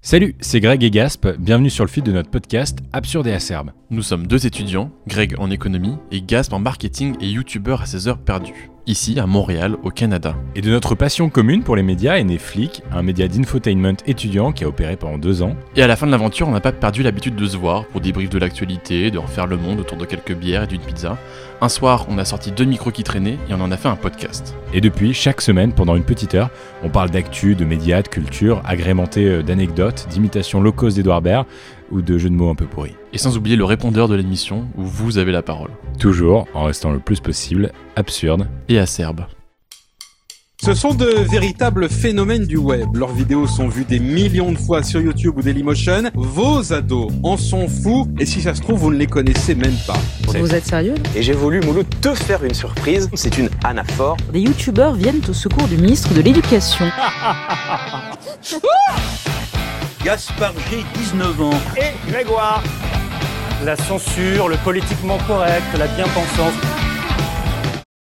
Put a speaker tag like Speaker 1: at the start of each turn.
Speaker 1: Salut, c'est Greg et Gasp, bienvenue sur le feed de notre podcast Absurde et Acerbe.
Speaker 2: Nous sommes deux étudiants, Greg en économie et Gasp en marketing et youtubeur à ses heures perdues, ici à Montréal, au Canada.
Speaker 1: Et de notre passion commune pour les médias est né Flick, un média d'infotainment étudiant qui a opéré pendant deux ans.
Speaker 2: Et à la fin de l'aventure, on n'a pas perdu l'habitude de se voir pour débrief de l'actualité, de refaire le monde autour de quelques bières et d'une pizza. Un soir, on a sorti deux micros qui traînaient et on en a fait un podcast.
Speaker 1: Et depuis, chaque semaine, pendant une petite heure, on parle d'actu, de médias, de culture, agrémenté euh, d'anecdotes, d'imitations locaux d'Edouard Baird ou de jeux de mots un peu pourris.
Speaker 2: Et sans oublier le répondeur de l'émission où vous avez la parole.
Speaker 1: Toujours en restant le plus possible absurde
Speaker 2: Et acerbe.
Speaker 3: Ce sont de véritables phénomènes du web. Leurs vidéos sont vues des millions de fois sur YouTube ou Dailymotion. Vos ados en sont fous et si ça se trouve, vous ne les connaissez même pas.
Speaker 4: Vous êtes sérieux là
Speaker 5: Et j'ai voulu, Mouloud, te faire une surprise. C'est une anaphore.
Speaker 4: Des youtubeurs viennent au secours du ministre de l'Éducation.
Speaker 6: Gaspard G, 19 ans.
Speaker 7: et Grégoire. La censure, le politiquement correct, la bien-pensance.